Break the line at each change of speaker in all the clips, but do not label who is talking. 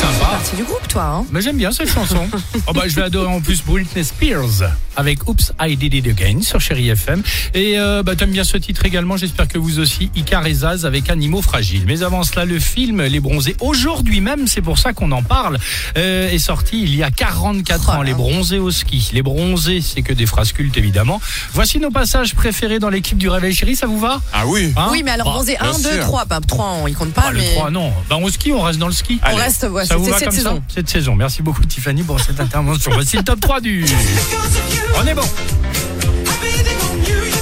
Sympa.
C'est du groupe, toi, hein
Mais j'aime bien cette chanson. Oh bah, je vais adorer en plus Britney Spears avec Oops, I Did It Again sur Chéri FM. Et euh, bah, t'aimes bien ce titre également, j'espère que vous aussi, Icar et Zaz avec Animaux Fragiles. Mais avant cela, le film Les Bronzés, aujourd'hui même, c'est pour ça qu'on en parle, euh, est sorti il y a
Oh
44 ans. Les Bronzés au ski. Les Bronzés, c'est que des phrases cultes évidemment. Voici nos passages préférés dans l'équipe du Réveil Chéri, ça vous va
Ah oui
Hein
Oui, mais alors,
Bah,
bronzé 1,
bien
2,
sûr.
3. Pas 3, Bah, on y compte pas,
Ah, le
mais.
3, non. Bah, on skie, on reste dans le ski.
On reste, ouais,
Ça vous
c'était
va
cette
comme
saison.
ça Cette saison. Merci beaucoup Tiffany pour cette intervention. Voici le top 3 du... On est bon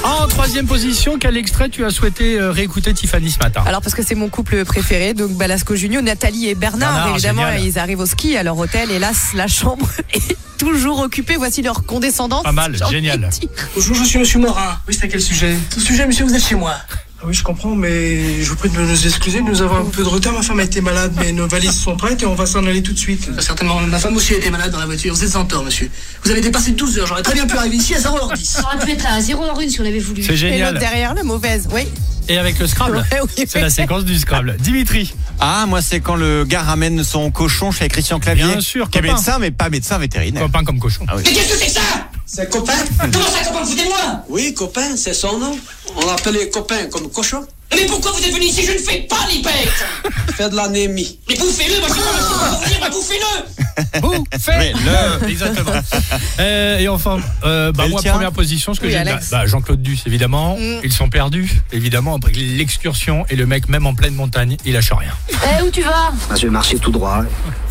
En troisième position, quel extrait tu as souhaité euh, réécouter Tiffany ce matin
Alors, parce que c'est mon couple préféré, donc Balasco Junio, Nathalie et Bernard,
Bernard,
évidemment,
génial.
ils arrivent au ski à leur hôtel. Hélas, la chambre est toujours occupée. Voici leur condescendance.
Pas mal,
J'ai envie
génial.
de dire.
Bonjour, je suis Monsieur Morin.
Oui, c'est à quel sujet
Au sujet, monsieur, vous êtes chez moi.
Ah oui, je comprends, mais je vous prie de nous excuser, nous avons un peu de retard, ma femme a été malade, mais nos valises sont prêtes et on va s'en aller tout de suite.
Euh, Certainement, ma femme aussi était malade dans la voiture. Vous êtes en tort, monsieur. Vous avez dépassé 12 heures. J'aurais très bien pu arriver ici à 0h10.
Ça aurait pu être à 0h1 si on avait voulu.
C'est
Et l'autre
génial.
derrière, la mauvaise. Oui.
Et avec le Scrabble
Ouais, oui,
C'est
oui.
la séquence du Scrabble. Dimitri,
Ah, moi, c'est quand le gars ramène son cochon chez Christian Clavier.
Bien sûr,
Qui est
copain.
médecin, mais pas médecin vétérinaire.
copain comme
Ah
cochon.
Mais qu'est-ce que c'est que ça Ah,
C'est un copain
Comment ça, copain Foutez-moi
Oui, copain, c'est son nom. On l'appelle les copains comme cochon.
Mais pourquoi vous êtes venu ici Je ne fais pas les bêtes
Faire de l'anémie.
Mais bouffez-le, moi je vais pas vous dire, mais bouffez-le
Vous
Mais
faites
le-
Exactement. Euh, et enfin, euh, bah,
Et le
moi,
tien
première position, ce que
Oui,
j'aime,
Alex. Mm.
bah, bah, Jean-Claude Duss, évidemment. Ils sont perdus, évidemment, après l'excursion. Et le mec, même en pleine montagne, il lâche rien.
Eh, où tu vas
Bah, je vais marcher tout droit.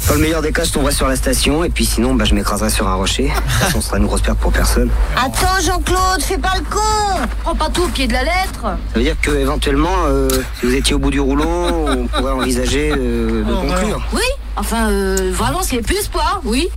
Dans le meilleur des cas, je tomberai sur la station et puis sinon, bah, je m'écraserai sur un rocher. De toute façon, ce sera une grosse perte pour personne.
Attends, Jean-Claude, fais pas le con Prends pas tout au pied de la lettre
Ça veut dire que éventuellement, euh, si vous étiez au bout du rouleau, on pourrait envisager euh, de conclure.
Oui Enfin, euh, vraiment, s'il y avait plus d'espoir, oui.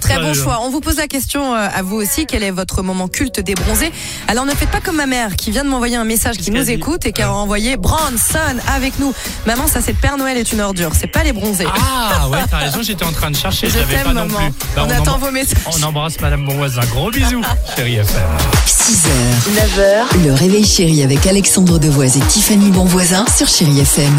Très
Ouais,
bon
déjà.
choix. On vous pose la question euh, à vous aussi. Quel est votre moment culte des bronzés Alors ne faites pas comme ma mère qui vient de m'envoyer un message qui
Qu'est-ce
nous
qu'elle dit
écoute et qui a envoyé Bronson avec nous. Maman, ça c'est le Père Noël est une ordure. C'est pas les bronzés.
Ah ouais, t'as raison, j'étais en train de chercher,
Je
je l'avais
t'aime,
pas non
maman.
plus. Bah,
on, attend
embr-
vos messages.
on embrasse Madame Bonvoisin. Gros bisous, chérie FM.
6h, 9h, le réveil chéri avec Alexandre Devoise et Tiffany Bonvoisin sur Chéri FM.